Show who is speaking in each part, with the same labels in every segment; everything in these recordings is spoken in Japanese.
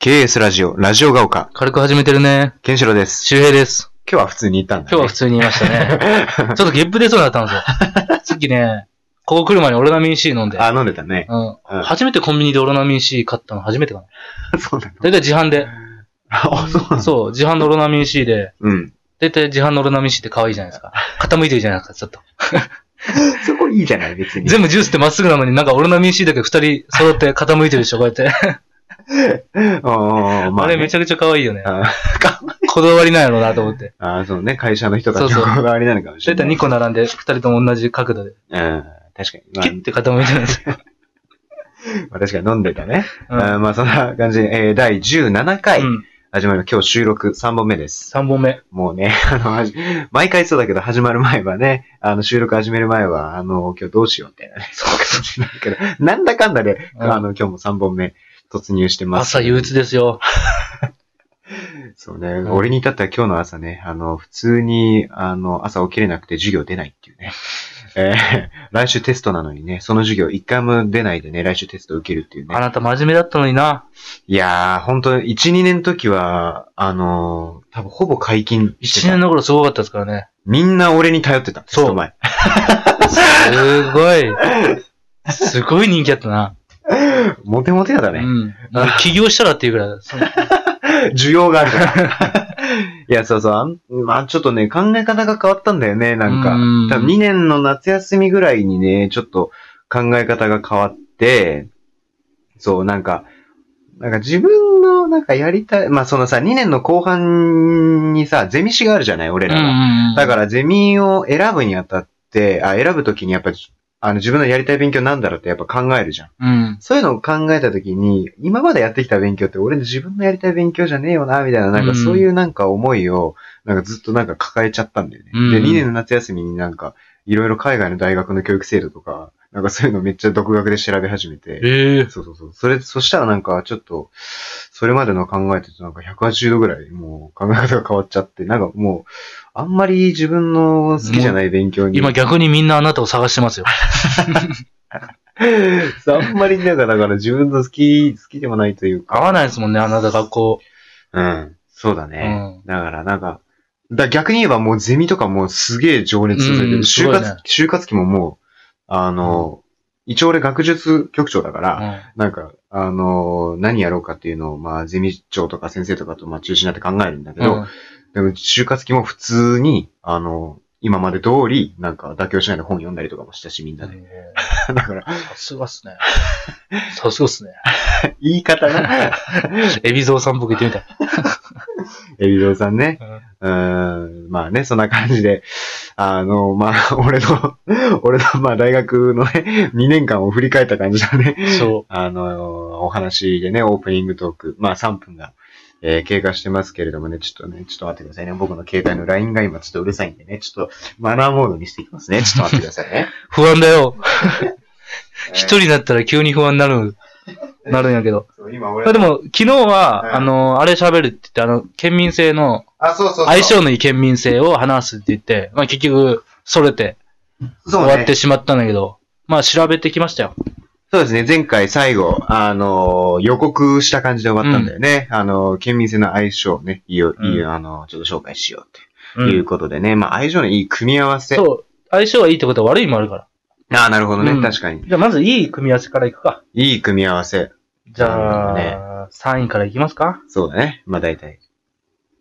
Speaker 1: KS ラジオ、ラジオが丘、
Speaker 2: 軽く始めてるね。
Speaker 1: ケンシロウです。
Speaker 2: 周平です。
Speaker 1: 今日は普通に行ったんだ、ね。
Speaker 2: 今日は普通に言いましたね。 ちょっとゲップ出そうになったんですよ。さっきね、ここ来る前にオロナミン C 飲んで。
Speaker 1: あ、飲んでたね。
Speaker 2: うん。
Speaker 1: うん
Speaker 2: 初めてコンビニでオロナミン C 買ったの初めてかな。
Speaker 1: そうなの。
Speaker 2: だいたい自販で。
Speaker 1: あ、そうなの
Speaker 2: そう、自販のオロナミン C で。
Speaker 1: うん。
Speaker 2: だいたい自販のオロナミン C って可愛いじゃないですか。傾いてるじゃないですか、ちょっと。
Speaker 1: そこいいじゃない、別に。
Speaker 2: 全部ジュースってまっすぐなのになんかオロナミン C だけ二人揃って傾いてるでしょ、こうやって。
Speaker 1: あーま
Speaker 2: あ
Speaker 1: あ、
Speaker 2: れめち
Speaker 1: ゃ
Speaker 2: ゃくちゃ可愛いよね。
Speaker 1: あ
Speaker 2: こだわりなんやろうなと思って。
Speaker 1: あー、そうね。会社の人たち
Speaker 2: そ
Speaker 1: の
Speaker 2: うそう
Speaker 1: こだわりなのかもし
Speaker 2: だ
Speaker 1: れ
Speaker 2: いた
Speaker 1: ないい。
Speaker 2: 2個並んで2人とも同じ角度で、
Speaker 1: うん。確かに。まあ
Speaker 2: キュッて傾いてるんですよ。
Speaker 1: まあ、確かに飲んでたね。う
Speaker 2: う
Speaker 1: んん、まあ、そんな感じで、えー、第17回、
Speaker 2: うん。
Speaker 1: 始まる今日収録3本目です。
Speaker 2: 3本目。
Speaker 1: もうね、 あのはじ、毎回そうだけど、始まる前はね、あの、収録始める前は、あの、今日どうしようみたいなね。 そうかもしれないけど、なんだかんだで、
Speaker 2: うん
Speaker 1: あの、今日も3本目突入してます。
Speaker 2: 朝憂鬱ですよ。
Speaker 1: そうね、
Speaker 2: ん
Speaker 1: 俺に至っては今日の朝ね、あの、普通に、あの、朝起きれなくて授業出ないっていうね。 えー来週テストなのにね、その授業一回も出ないでね、来週テスト受けるっていう
Speaker 2: あ
Speaker 1: ね。
Speaker 2: なた真面目だったのにな。
Speaker 1: いやー、本当一1、2年の時は、あのー多分ほぼ解禁し
Speaker 2: 一
Speaker 1: て
Speaker 2: 年
Speaker 1: た。
Speaker 2: の頃すごかったですからね。
Speaker 1: みんな俺に頼ってた。テスト
Speaker 2: そう
Speaker 1: 前。
Speaker 2: すごい。すごい人気あったな。
Speaker 1: モテモテやだ
Speaker 2: う
Speaker 1: ね。
Speaker 2: ん。もう起業したらっていうぐらいだ。そう
Speaker 1: 需要がある から。いや、そうそうあん。まあ、ちょっとね、考え方が変わったんだよね、 なんか。
Speaker 2: うん、
Speaker 1: 多分2年の夏休みぐらいにね、ちょっと考え方が変わって、そう、なんか、なんか自分の、なんかやりたい、まあ、そのさ、2年の後半にさ、ゼミ試があるじゃない、俺らが。だかららゼミを選ぶにあたって、あ、選ぶときにやっぱ、あの、自分のやりたい勉強なんだろうってやっぱ考えるじゃん。
Speaker 2: うん。
Speaker 1: そういうのを考えたときに、今までやってきた勉強って俺の自分のやりたい勉強じゃねえよな、みたいな、なん
Speaker 2: う
Speaker 1: か
Speaker 2: ん
Speaker 1: そういうなんか思いを、なんかずっとなんか抱えちゃったんだよね。
Speaker 2: うん
Speaker 1: で、2年の夏休みになんか、いろいろ海外の大学の教育制度とか、なんかそういうのめっちゃ独学で調べ始めて、
Speaker 2: ええ。
Speaker 1: そうそうそう。それ、そしたらなんかちょっと、それまでの考えとなんか180度ぐらいもう考え方が変わっちゃって、なんかもう、あんまり自分の好きじゃない勉強に。
Speaker 2: 今逆にみんなあなたを探してますよ。
Speaker 1: そうあんまりなんかだから自分の好き、好きでもないというか。
Speaker 2: 合わないですもんね、あなた学校。
Speaker 1: うん。そうだ
Speaker 2: う
Speaker 1: ね。
Speaker 2: ん。
Speaker 1: だから、なんか、だ逆に言えばもうゼミとかもうすげえ情熱続いてる。
Speaker 2: うんす
Speaker 1: 就
Speaker 2: ごいね
Speaker 1: 活、就活期ももう、あの、一応俺学術局長だから、なんか、あの、何やろうかっていうのを、まあ、ゼミ長とか先生とかと、まあ、中心になって考えるんだけ
Speaker 2: う
Speaker 1: ど、
Speaker 2: ん。
Speaker 1: でも、就活期も普通に、あの、今まで通り、なんか、妥協しないで本読んだりとかもしたし、みんなで。 だから、
Speaker 2: さすがっすね。さすがっすね。
Speaker 1: 言い方な。
Speaker 2: エビゾウさんっぽく言ってみた。
Speaker 1: エビゾウさんね。うーん、まあね、そんな感じで、あの、まあ、 俺の、 俺の、まあ、大学のね、2年間を振り返った感じだね。
Speaker 2: そ
Speaker 1: あの、お話でね、オープニングトーク、まあ、3分が、えー経過してますけれどもね、ちょっとね、ちょっと待ってくださいね。僕の携帯の LINE が今ちょっとうるさいんでね、ちょっとマナーモードにしていきますね。ちょっと待ってくださいね
Speaker 2: う。。不安だよ。 一人だったら急に不安になる、なるんやけど。
Speaker 1: そう今俺
Speaker 2: ま
Speaker 1: の
Speaker 2: あで、も、昨日は、
Speaker 1: うん
Speaker 2: あの、あれ喋るって言って、あの、県民性の、
Speaker 1: あ、そうそうそう。
Speaker 2: 相性のいい県民性を話すって言って、まあ結局、それて、
Speaker 1: そう
Speaker 2: 終
Speaker 1: ね
Speaker 2: わってしまったんだけど、まあ調べてきましたよ。
Speaker 1: そうですね、前回最後、あのー予告した感じで終わったんだよね。あのー県民性の相性をね、いいよ、
Speaker 2: うん
Speaker 1: いいよ、あのーちょっと紹介しよう
Speaker 2: う
Speaker 1: というんことでね。まあ、相性のいい組み合わせ。
Speaker 2: そう。相性がいいってことは悪いもあるから。
Speaker 1: ああ、なるほどね、
Speaker 2: うん
Speaker 1: 確かに。
Speaker 2: じゃあまずいい組み合わせからいくか。
Speaker 1: いい組み合わせ。
Speaker 2: じゃ
Speaker 1: そ
Speaker 2: あ、
Speaker 1: うだ
Speaker 2: 3位からいきますか。
Speaker 1: そうだね。まあ、大体。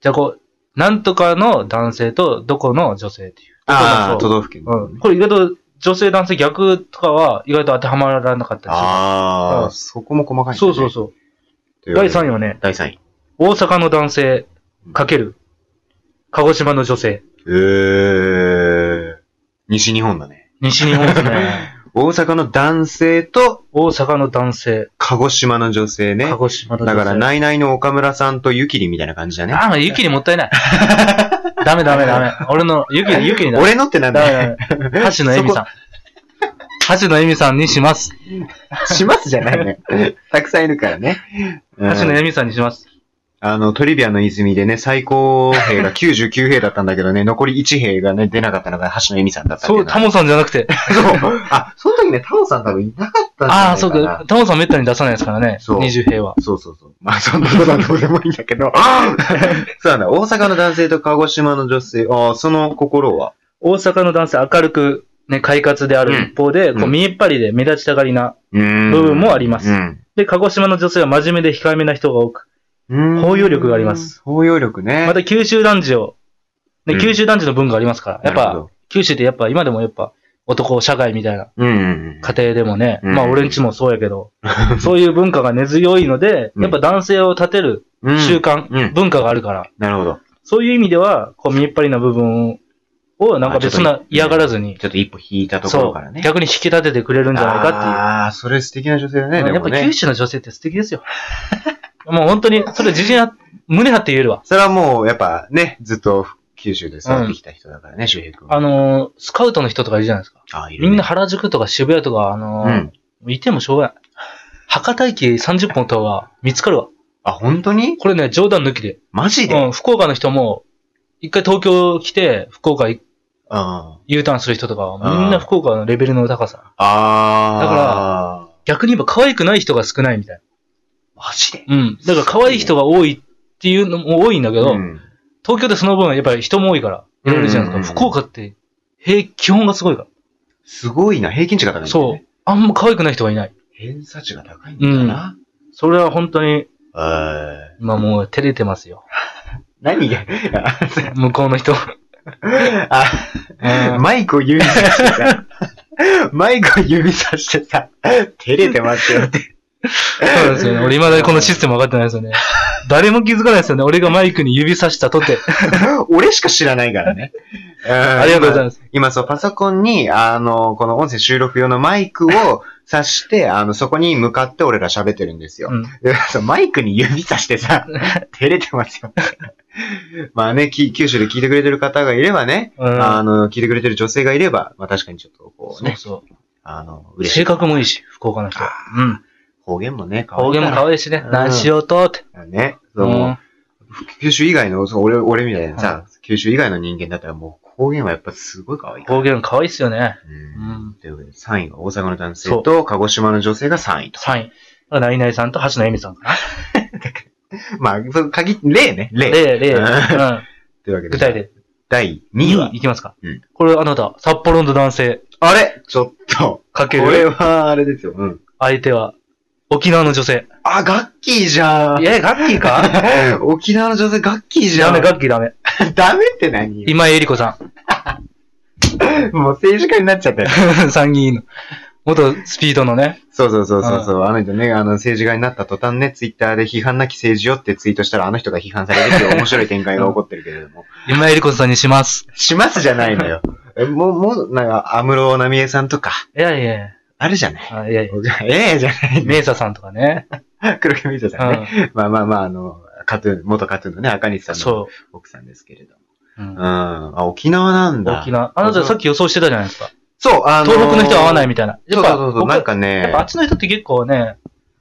Speaker 2: じゃあこう、なんとかの男性とどこの女性っていう。
Speaker 1: ああ、
Speaker 2: ど
Speaker 1: 都
Speaker 2: こ
Speaker 1: 道府県、ね
Speaker 2: のそううん。これ意外と女性男性逆とかは意外と当てはまらなかったりする
Speaker 1: ああ、
Speaker 2: うん
Speaker 1: そこも細かい、ね。
Speaker 2: そうそうそう。
Speaker 1: というわ
Speaker 2: 第
Speaker 1: けで。
Speaker 2: 3位はね、
Speaker 1: 第3位。
Speaker 2: 大阪の男性かける鹿児島の女性。
Speaker 1: えー、西日本だね。
Speaker 2: 西日本ですね。
Speaker 1: 大阪の男性と
Speaker 2: 大阪の男性、
Speaker 1: 鹿児島の女性ね
Speaker 2: 鹿。児島の女
Speaker 1: だ
Speaker 2: 性。
Speaker 1: から、ナイナイの岡村さんとゆきりみたいな感じだね。
Speaker 2: あ、ゆきにもったいない。 ダメダメダメ。俺の、 ゆき、ゆきにだ。
Speaker 1: 俺のってなん
Speaker 2: ダ
Speaker 1: だ
Speaker 2: メ
Speaker 1: よ
Speaker 2: ダメ。橋野恵美さん。橋野恵美さんにします。
Speaker 1: しますじゃないね。たくさんいるからね。うん
Speaker 2: 橋野恵美さんにします。
Speaker 1: あの、トリビアの泉でね、最高兵 が99兵だったんだけどね、残り1兵がね、出なかったのが橋野恵美さんだったん
Speaker 2: そう、タモさんじゃなくて。
Speaker 1: そう。あ、その時ね、タモさん多分いなかったんじゃないかな。
Speaker 2: ああ、そうか。タモさんめったに出さないですからね。
Speaker 1: そう
Speaker 2: 20兵は。
Speaker 1: そうそうそう。まあ、そんなことはどうでもいいんだけ ど。そうなんだ。大阪の男性と鹿児島の女性、ああ、その心は。
Speaker 2: 大阪の男性明るく、ね、快活である一方で、
Speaker 1: うん
Speaker 2: こう見えっ張りで目立ちたがりな。
Speaker 1: 部
Speaker 2: 部分もあります
Speaker 1: うん。
Speaker 2: で、鹿児島の女性は真面目で控えめな人が多く。
Speaker 1: うん
Speaker 2: 包容力があります。
Speaker 1: 包容力ね。
Speaker 2: また九州男児を、
Speaker 1: う
Speaker 2: ね、
Speaker 1: ん
Speaker 2: 九州男児の文化ありますから。やっ
Speaker 1: なるほ
Speaker 2: ぱ、
Speaker 1: ど、
Speaker 2: 九州ってやっぱ今でもやっぱ男社会みたいな
Speaker 1: うんうん
Speaker 2: 家庭でもね、
Speaker 1: うん
Speaker 2: まあ俺んちもそうや けど、そういう文化が根強いので、
Speaker 1: うん
Speaker 2: やっぱ男性を立てる
Speaker 1: うん。
Speaker 2: 習慣、
Speaker 1: うん
Speaker 2: 文化があるから、
Speaker 1: なるほど。
Speaker 2: そういう意味では、こう見えっ張りな部分を、なんか別
Speaker 1: あちょっ
Speaker 2: な
Speaker 1: とい
Speaker 2: 嫌がらずに、
Speaker 1: ちょっと一歩引いたとこ
Speaker 2: そ
Speaker 1: ろから
Speaker 2: う、
Speaker 1: ね。
Speaker 2: 逆に引き立ててくれるんじゃないかっていう。
Speaker 1: ああ、それ素敵な女性だね、で
Speaker 2: やっ
Speaker 1: も
Speaker 2: ぱ
Speaker 1: ね
Speaker 2: 九。州の女性って素敵ですよ。 もう本当に、それ自信あ、胸張って言えるわ。
Speaker 1: それはもう、やっぱね、ずっと九州で育ってきた人だからね、周平君。
Speaker 2: あのースカウトの人とかいるじゃないですか。
Speaker 1: あ、いるね
Speaker 2: みんな、原宿とか渋谷とか、あの
Speaker 1: う
Speaker 2: ー
Speaker 1: ん。
Speaker 2: いてもしょうがない。博多駅30分とは見つかるわ。
Speaker 1: あ、本当に
Speaker 2: これね、冗談抜きで。
Speaker 1: マジで
Speaker 2: うん、福岡の人も、一回東京来て、福岡い
Speaker 1: あ
Speaker 2: U ターンする人とか
Speaker 1: あ
Speaker 2: は、
Speaker 1: ー
Speaker 2: みんな福岡のレベルの高さ。
Speaker 1: あー。
Speaker 2: だか逆に言えば可愛くない人が少ないみたい
Speaker 1: マジで
Speaker 2: な。うん。だから可愛い人が多いっていうのも多いんだけど、
Speaker 1: うん
Speaker 2: 東京でその分やっぱり人も多いから、いろいろじゃないですか。
Speaker 1: うんうんうん
Speaker 2: 福岡って、平、基本がすごいか
Speaker 1: すごいな、平均値が高いんだ
Speaker 2: ら。
Speaker 1: ね。
Speaker 2: そう。あんま可愛くない人がいない。
Speaker 1: 偏差値が高いんだな。
Speaker 2: それは本当に、
Speaker 1: えー
Speaker 2: 今もう照れてま すよ。
Speaker 1: 何が、
Speaker 2: 向こうの人。
Speaker 1: あ、マイクを指さして さ、マイクを指さしてさ、照れてますよって。
Speaker 2: そうですよね。俺未だにこのシステム分かってな いですよね。誰も気づかないですよね。俺がマイクに指さしたとて。
Speaker 1: 俺しか知らないからね。
Speaker 2: ありがとうござい
Speaker 1: ます。
Speaker 2: ます。
Speaker 1: 今そう、パソコンに、あの、この音声収録用のマイクを挿して、あの、そこに向かって俺ら喋ってるんですよ。
Speaker 2: うん。
Speaker 1: でそうマイクに指さしてさ、照れてますよ。まあね、き九州で聞いてくれてる方がいればね、
Speaker 2: うん
Speaker 1: あの、聞いてくれてる女性がいれば、まあ確かにちょっとこう
Speaker 2: そう
Speaker 1: ね、
Speaker 2: そう。
Speaker 1: あの、嬉しい。
Speaker 2: 性格もいいし、福岡の人。うん。
Speaker 1: 方言もね、可愛
Speaker 2: 方
Speaker 1: いか
Speaker 2: 言
Speaker 1: ら
Speaker 2: も可愛いしね。
Speaker 1: うん
Speaker 2: 何しようとって。
Speaker 1: ね、そうう、
Speaker 2: ん。
Speaker 1: 九州以外の、そう俺、俺みたいなさ、九州以外の人間だったらもう方言はやっぱすごい可愛いから。
Speaker 2: 方言可愛いっすよね。
Speaker 1: うん
Speaker 2: うん
Speaker 1: ということで、3位が大阪の男性
Speaker 2: そう
Speaker 1: と鹿児島の女性が3位と。
Speaker 2: 3位。ナイナイさんと橋野恵美さんかな。
Speaker 1: まあ、その鍵、例ね、例。
Speaker 2: 例、例。
Speaker 1: う
Speaker 2: うんん。
Speaker 1: というわけで、
Speaker 2: 具体例。
Speaker 1: 第2
Speaker 2: 2
Speaker 1: 位
Speaker 2: 位
Speaker 1: は、
Speaker 2: いきますか
Speaker 1: うん。
Speaker 2: これあなた、札幌の男性
Speaker 1: あれちょっと、
Speaker 2: かけ
Speaker 1: これ
Speaker 2: る
Speaker 1: はあれですよ。うん。
Speaker 2: 相手は、沖縄の女性。
Speaker 1: あ、ガッキーじゃん。
Speaker 2: え、ガッキー か
Speaker 1: 沖縄の女性ガッキーじゃ
Speaker 2: ダ
Speaker 1: ん。
Speaker 2: メ、ガッキーダメ。
Speaker 1: ダメって何よ
Speaker 2: 今井絵理子さ
Speaker 1: もう政治家になっちゃったよ。
Speaker 2: ん。参議院の。元スピードのね。
Speaker 1: そうそうそうそうそう。あの人ね、あの政治家になった途端ね、ツイッターで批判なき政治よってツイートしたらあの人が批判されるっていう面白い展開が起こってるけれども。
Speaker 2: 今井絵理子さんにします。
Speaker 1: しますじゃない のよ。えもう、もう、なんか、アムロナミエさんとか、
Speaker 2: いやいやい
Speaker 1: あるじゃない。
Speaker 2: や。あいやい
Speaker 1: ええじゃない
Speaker 2: や。メイサさんとかね。
Speaker 1: 黒木みず
Speaker 2: う
Speaker 1: さんね。
Speaker 2: ん。
Speaker 1: まあまあまあ、あの、カトゥーン、元カトゥーンのね、赤西さんの
Speaker 2: そ
Speaker 1: 奥さんですけれども。
Speaker 2: う。うん
Speaker 1: うん。あ、沖縄なんだ。
Speaker 2: 沖縄。あなたさっき予想してたじゃないですか。
Speaker 1: そう、あのー
Speaker 2: 東北の人は合わないみたいな。
Speaker 1: そう
Speaker 2: や
Speaker 1: そ
Speaker 2: っ
Speaker 1: う
Speaker 2: ぱ、
Speaker 1: そうそう、
Speaker 2: 僕
Speaker 1: なんかね、
Speaker 2: やっぱあっちの人って結構ね、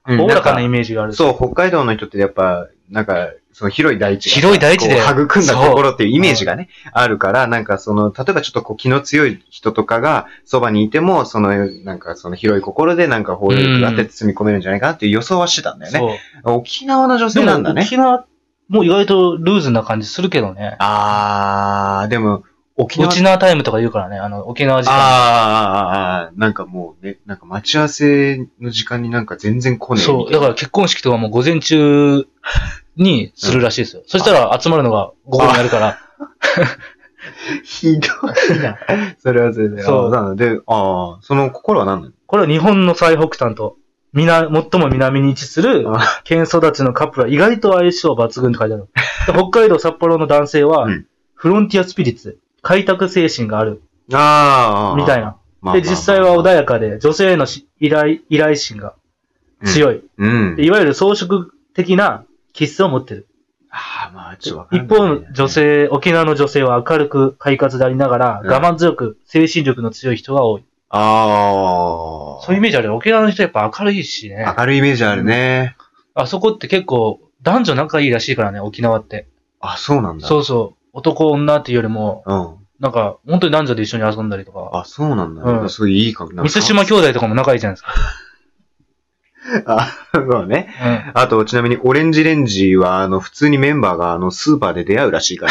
Speaker 1: うん
Speaker 2: おおらかなイ
Speaker 1: ん
Speaker 2: メージがある。
Speaker 1: そう、北海道の人ってやっぱ、なんか、その広い大地が。
Speaker 2: 広い大地で
Speaker 1: こう育んだところっていうイメージがね、あるから、なんかその、例えばちょっとこう気の強い人とかが、そばにいても、その、なんかその広い心でなんか包容力があって包み込めるんじゃないかなっていう予想はしてたんだよね。
Speaker 2: そう。
Speaker 1: 沖縄の女性なんだね。
Speaker 2: 沖縄も意外とルーズな感じするけどね。
Speaker 1: あー、でも、沖縄
Speaker 2: 沖縄タイムとか言うからね、あの、沖縄時間。
Speaker 1: あーあーあーあー、なんかもうね、なんか待ち合わせの時間になんか全然来ねえみたいな。
Speaker 2: そう。だから結婚式とかも午前中にするらしいですよ。そしたら集まるのが午後になるから。
Speaker 1: ひどいな。それはそれで。
Speaker 2: そう
Speaker 1: あなので、ああ、その心は何なの
Speaker 2: これは日本の最北端と、みな、最も南に位置する
Speaker 1: あ
Speaker 2: 県育ちのカップルは意外と相性抜群って書いてある。で北海道札幌の男性は
Speaker 1: うん、
Speaker 2: フロンティアスピリッツ、開拓精神がある、
Speaker 1: あー
Speaker 2: みたい。な。
Speaker 1: まあ
Speaker 2: で、実際は穏やかで、女性へのし依頼、依頼心が強い。
Speaker 1: うん。
Speaker 2: でいわゆる装飾的な気質を持ってる。
Speaker 1: ああ、まあ、ちょっと
Speaker 2: 一方の女
Speaker 1: っ
Speaker 2: 性、沖縄の女性は明るく快活でありながら、
Speaker 1: うん
Speaker 2: 我慢強く精神力の強い人が多い。
Speaker 1: ああ。
Speaker 2: そういうイメージあるよ。沖縄の人やっぱ明るいしね。
Speaker 1: 明るいイメージあるね。
Speaker 2: あそこって結構男女仲いいらしいからね、沖縄って。
Speaker 1: あ、そうなんだ。。
Speaker 2: そううそう。男女っていうよりも、
Speaker 1: うん。
Speaker 2: なんか、本当に男女で一緒に遊んだりとか。
Speaker 1: あ、そうなんだ。
Speaker 2: うん
Speaker 1: やっぱすごいいい感じ。なんか
Speaker 2: 三島兄弟とかも仲いいじゃないですか。
Speaker 1: あ、そうね。
Speaker 2: うん。
Speaker 1: あと、ちなみに、オレンジレンジは、あの、普通にメンバーが、あの、スーパーで出会うらしい か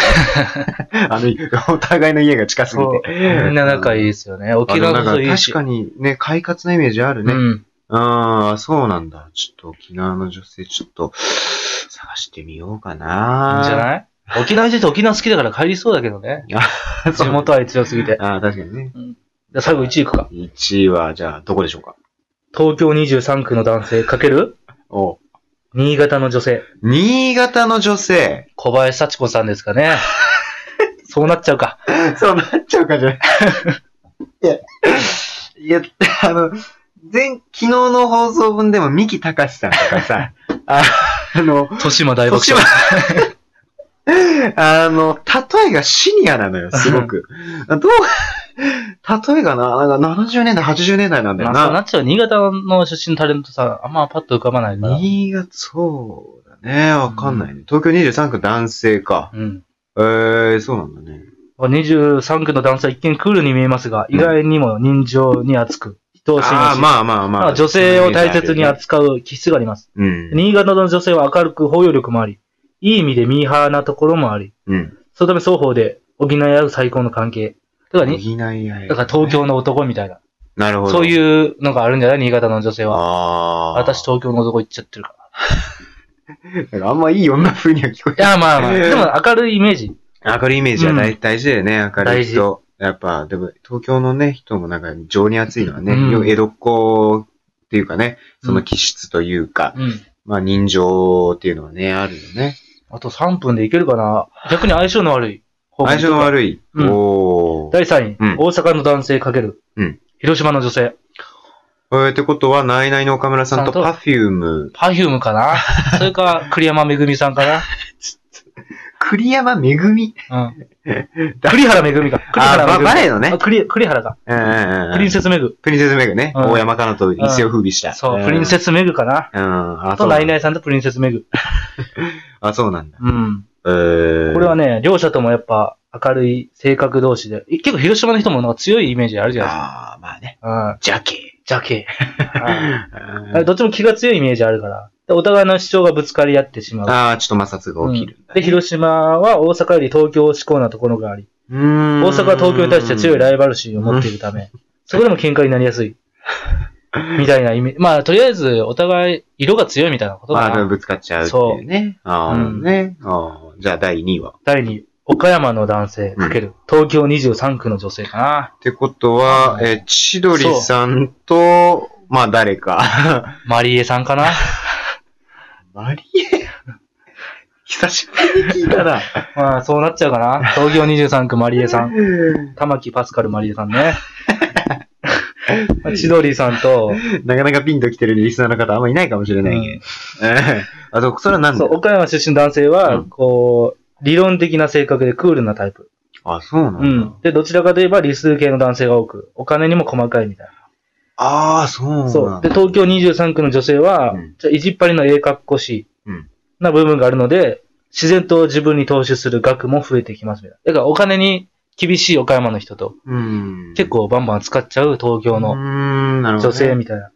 Speaker 1: ら。あの、お互いの家が近すぎ
Speaker 2: そう
Speaker 1: て。
Speaker 2: みんな仲いい
Speaker 1: い。
Speaker 2: ですよね。沖
Speaker 1: あの、
Speaker 2: 縄
Speaker 1: なん
Speaker 2: こそい
Speaker 1: か、
Speaker 2: いし。
Speaker 1: 確かにね、快活なイメージある
Speaker 2: う
Speaker 1: ね。
Speaker 2: ん。
Speaker 1: ああ、そうなんだ。ちょっと沖縄の女性、ちょっと、探してみようかな。
Speaker 2: いいんじゃない沖縄の人って沖縄好きだから帰りそうだけどね。
Speaker 1: い
Speaker 2: 地元愛強すぎて。
Speaker 1: ああ、確かにね。
Speaker 2: じゃあ最後1位いくか。
Speaker 1: 1位は、じゃあ、どこでしょうか。
Speaker 2: 東京23区の男性かける
Speaker 1: お
Speaker 2: 新潟の女性。
Speaker 1: 新潟の女性。
Speaker 2: 小林幸子さんです かね。そうなっちゃうか。
Speaker 1: そうなっちゃうかじゃない。いや、いや、あの、前、昨日の放送分でも、三木隆さんとか さ、ああの、
Speaker 2: 豊島大爆笑。
Speaker 1: あの、例えがシニアなのよ、すごく。どう、例えがな、なんか70年代、80年代なんだよ
Speaker 2: まあ、そうな
Speaker 1: な。
Speaker 2: っちゃう。新潟の出身のタレントさ、あんまパッと浮かばないから。
Speaker 1: 新潟、そうだね、わかんないね。東京23区男性か。
Speaker 2: うん。
Speaker 1: えー、そうなんだね。
Speaker 2: 23区の男性は一見クールに見えますが、
Speaker 1: うん
Speaker 2: 意外にも人情に厚く、人を信
Speaker 1: ああ、
Speaker 2: じ、
Speaker 1: まあまあま
Speaker 2: ま
Speaker 1: あ。
Speaker 2: あ女性を大切に
Speaker 1: ある
Speaker 2: 扱う気質があります。
Speaker 1: うん。
Speaker 2: 新潟の女性は明るく包容力もあり、いい意味でミーハーなところもあり、
Speaker 1: うん。
Speaker 2: そのため双方で補い合う最高の関係。だから、に
Speaker 1: 補い合い。
Speaker 2: だから東。京の男みたいな。
Speaker 1: なるほど。
Speaker 2: そう
Speaker 1: う。
Speaker 2: いうのがあるんじゃない新潟の女性は。
Speaker 1: ああ。
Speaker 2: 私東京の男行っちゃってるか
Speaker 1: な
Speaker 2: ら。
Speaker 1: んかあんまいい女風には聞こえ
Speaker 2: いや、まあまあ。でも明るいイメージ。
Speaker 1: ない。明るいイメージは大大事だよね、明るい
Speaker 2: 大
Speaker 1: 人。やっぱ、でも、東京のね、人もなんか、情に熱いのはね、
Speaker 2: うん
Speaker 1: よ江戸っ子っていうかね、その気質というか、
Speaker 2: うん。
Speaker 1: まあ、人情っていうのはね、あるよね。
Speaker 2: あと3分でいけるかな。逆に相性の悪い。
Speaker 1: 相性の
Speaker 2: い。
Speaker 1: 悪い。
Speaker 2: うん
Speaker 1: おー。
Speaker 2: 第3位、
Speaker 1: うん
Speaker 2: 大阪の男性かける。
Speaker 1: うん
Speaker 2: 広島の女性。
Speaker 1: えーってことは、ナイナイの岡村さんと
Speaker 2: さんと
Speaker 1: パフューム。
Speaker 2: パフュームか なそれか、栗山めぐみさんか
Speaker 1: 栗山めぐみ。
Speaker 2: な うん。栗原めぐみか。栗
Speaker 1: あ
Speaker 2: 原
Speaker 1: ー、
Speaker 2: め
Speaker 1: ば
Speaker 2: ぐみ。
Speaker 1: バレエの
Speaker 2: あ
Speaker 1: ね。
Speaker 2: 栗栗原か。
Speaker 1: うんうんうん。
Speaker 2: プリンセスめぐ。
Speaker 1: プリンセスメグね。
Speaker 2: うん
Speaker 1: 大山かなと一世を風靡した。
Speaker 2: そう、
Speaker 1: ん
Speaker 2: プリンセスめぐかな。
Speaker 1: うん。あ、
Speaker 2: あと、
Speaker 1: そう
Speaker 2: ナ
Speaker 1: な
Speaker 2: イ
Speaker 1: んだ。
Speaker 2: ナイさんとプリンセスめぐ。
Speaker 1: あ、そうなんだ。
Speaker 2: うん。
Speaker 1: えー
Speaker 2: これはね、両者ともやっぱ明るい性格同士で。い結構広島の人もなんか強いイメージあるじゃないです
Speaker 1: ああ、まあね。
Speaker 2: か。うん。
Speaker 1: ジャケ。
Speaker 2: ジ ャケ。うん
Speaker 1: あ
Speaker 2: あどっちも気が強いイメージあるから。でお互いの主張がぶつかり合ってしまう。
Speaker 1: あー、ちょっと摩擦が起きるんだ
Speaker 2: で、
Speaker 1: ね。
Speaker 2: 広島は大阪より東京志向なところがあり、
Speaker 1: うーん
Speaker 2: 大阪は東京に対して強いライバル心を持っているため、そこでも喧嘩になりや すい。みたいな意味。まあ、とりあえず、お互い、色が強いみたいなこと
Speaker 1: ま
Speaker 2: か
Speaker 1: あ、でも
Speaker 2: な。
Speaker 1: ぶつかっちゃうっていうね。ああ、
Speaker 2: うん
Speaker 1: ね。ああ、じゃあ第2位は。
Speaker 2: 第2、岡山の男性かける、東京23区の女性かな。
Speaker 1: ってことは、えー、千鳥さんと、まあ誰 か。
Speaker 2: マリエさんか な。
Speaker 1: マリエ久しぶりに聞いたな。
Speaker 2: まあ、そうなっちゃうかな。東京23区マリエさん。玉木パスカルマリエさん ね。まあ千鳥さんと、
Speaker 1: なかなかピンと来てるリスナーの方あんまいないかもしれないね。えー あと、それはなんだ
Speaker 2: そう、岡山出身の男性は、
Speaker 1: うん
Speaker 2: こう、理論的な性格でクールなタイプ。
Speaker 1: あ、そうなんだ。
Speaker 2: うん。で、どちらかといえば理数系の男性が多く、お金にも細かいみたい
Speaker 1: ああ、そうなん
Speaker 2: な。
Speaker 1: だ。
Speaker 2: そう。で、東京23区の女性は
Speaker 1: うん、
Speaker 2: ちょいじっぱりのええかっこしい
Speaker 1: うん
Speaker 2: な部分があるので、自然と自分に投資する額も増えてきますみたいな。だからお金に厳しい岡山の人と、
Speaker 1: うん。
Speaker 2: 結構バンバン使っちゃう東京
Speaker 1: うー
Speaker 2: の
Speaker 1: ん、なるほど、
Speaker 2: 女
Speaker 1: ね。
Speaker 2: 性みたいな。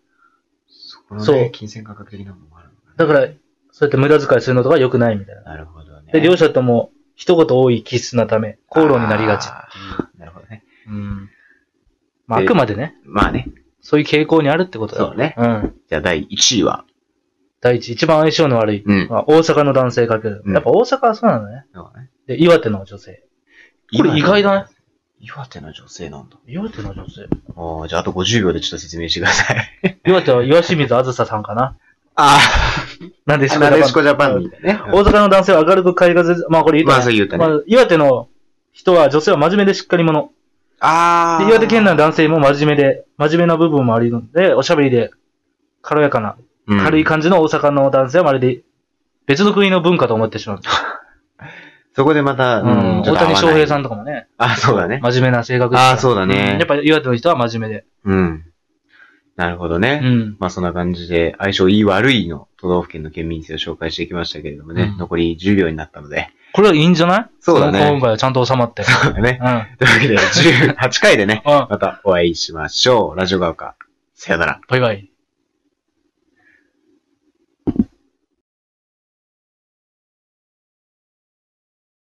Speaker 1: そこのね、
Speaker 2: そう
Speaker 1: 金銭感覚的なものもあるのね
Speaker 2: だから、そうやって無駄遣いするのとか良くないみたいな。
Speaker 1: なるほどね。
Speaker 2: で、両者とも一言多い気質なため、口論になりがち。
Speaker 1: あーなるほどね。
Speaker 2: うん。まあ、あくまでね、
Speaker 1: まあね。
Speaker 2: そういう傾向にあるってことだ。
Speaker 1: そうね。
Speaker 2: うん。
Speaker 1: じゃあ第1位は。
Speaker 2: 第一、一番相性の悪い。
Speaker 1: うん。
Speaker 2: まあ、大阪の男性かける。
Speaker 1: うん
Speaker 2: やっぱ大阪はそうなんだね。
Speaker 1: そうだね
Speaker 2: で、岩手の女性。これ意外だね。
Speaker 1: 岩手の女性なんだ。
Speaker 2: 岩手の女性
Speaker 1: おーじゃああと50秒でちょっと説明してください。
Speaker 2: 岩手は岩清水あずささんかな。
Speaker 1: あ
Speaker 2: なんでし
Speaker 1: あ、
Speaker 2: こ
Speaker 1: な
Speaker 2: だ
Speaker 1: でしこジャパンみたいなね。
Speaker 2: 大阪の男性は明るく快活で、まあこれ言
Speaker 1: まあ
Speaker 2: った
Speaker 1: そう
Speaker 2: ね
Speaker 1: 言うた
Speaker 2: ま
Speaker 1: ね。
Speaker 2: あ、岩手の人は女性は真面目でしっかり者。
Speaker 1: あ
Speaker 2: で
Speaker 1: あ。
Speaker 2: 岩手県内の男性も真面目で、真面目な部分もあるので、おしゃべりで軽やかな、
Speaker 1: うん
Speaker 2: 軽い感じの大阪の男性はまるで別の国の文化と思って しまう。
Speaker 1: そこでまた、
Speaker 2: うん、大谷翔平さ
Speaker 1: ん。
Speaker 2: んとかもね、
Speaker 1: あ、そうだね。
Speaker 2: 真面目な性格
Speaker 1: あーそうだ
Speaker 2: う
Speaker 1: ね
Speaker 2: んやっぱ岩手の人は真面目で。
Speaker 1: うん。なるほどね。
Speaker 2: うん。
Speaker 1: まあそんな感じで、相性いい悪いの都道府県の県民性を紹介していきましたけれどもね、
Speaker 2: うん
Speaker 1: 残り10秒になったの で。
Speaker 2: これはいいんじゃない
Speaker 1: そうだね
Speaker 2: 今回はちゃんと収まって。
Speaker 1: そうだね。
Speaker 2: うん。うん。
Speaker 1: というわけで、18回でね、
Speaker 2: バ
Speaker 1: またお会いしましょう。ラジオが丘、さよなら。
Speaker 2: イバイ。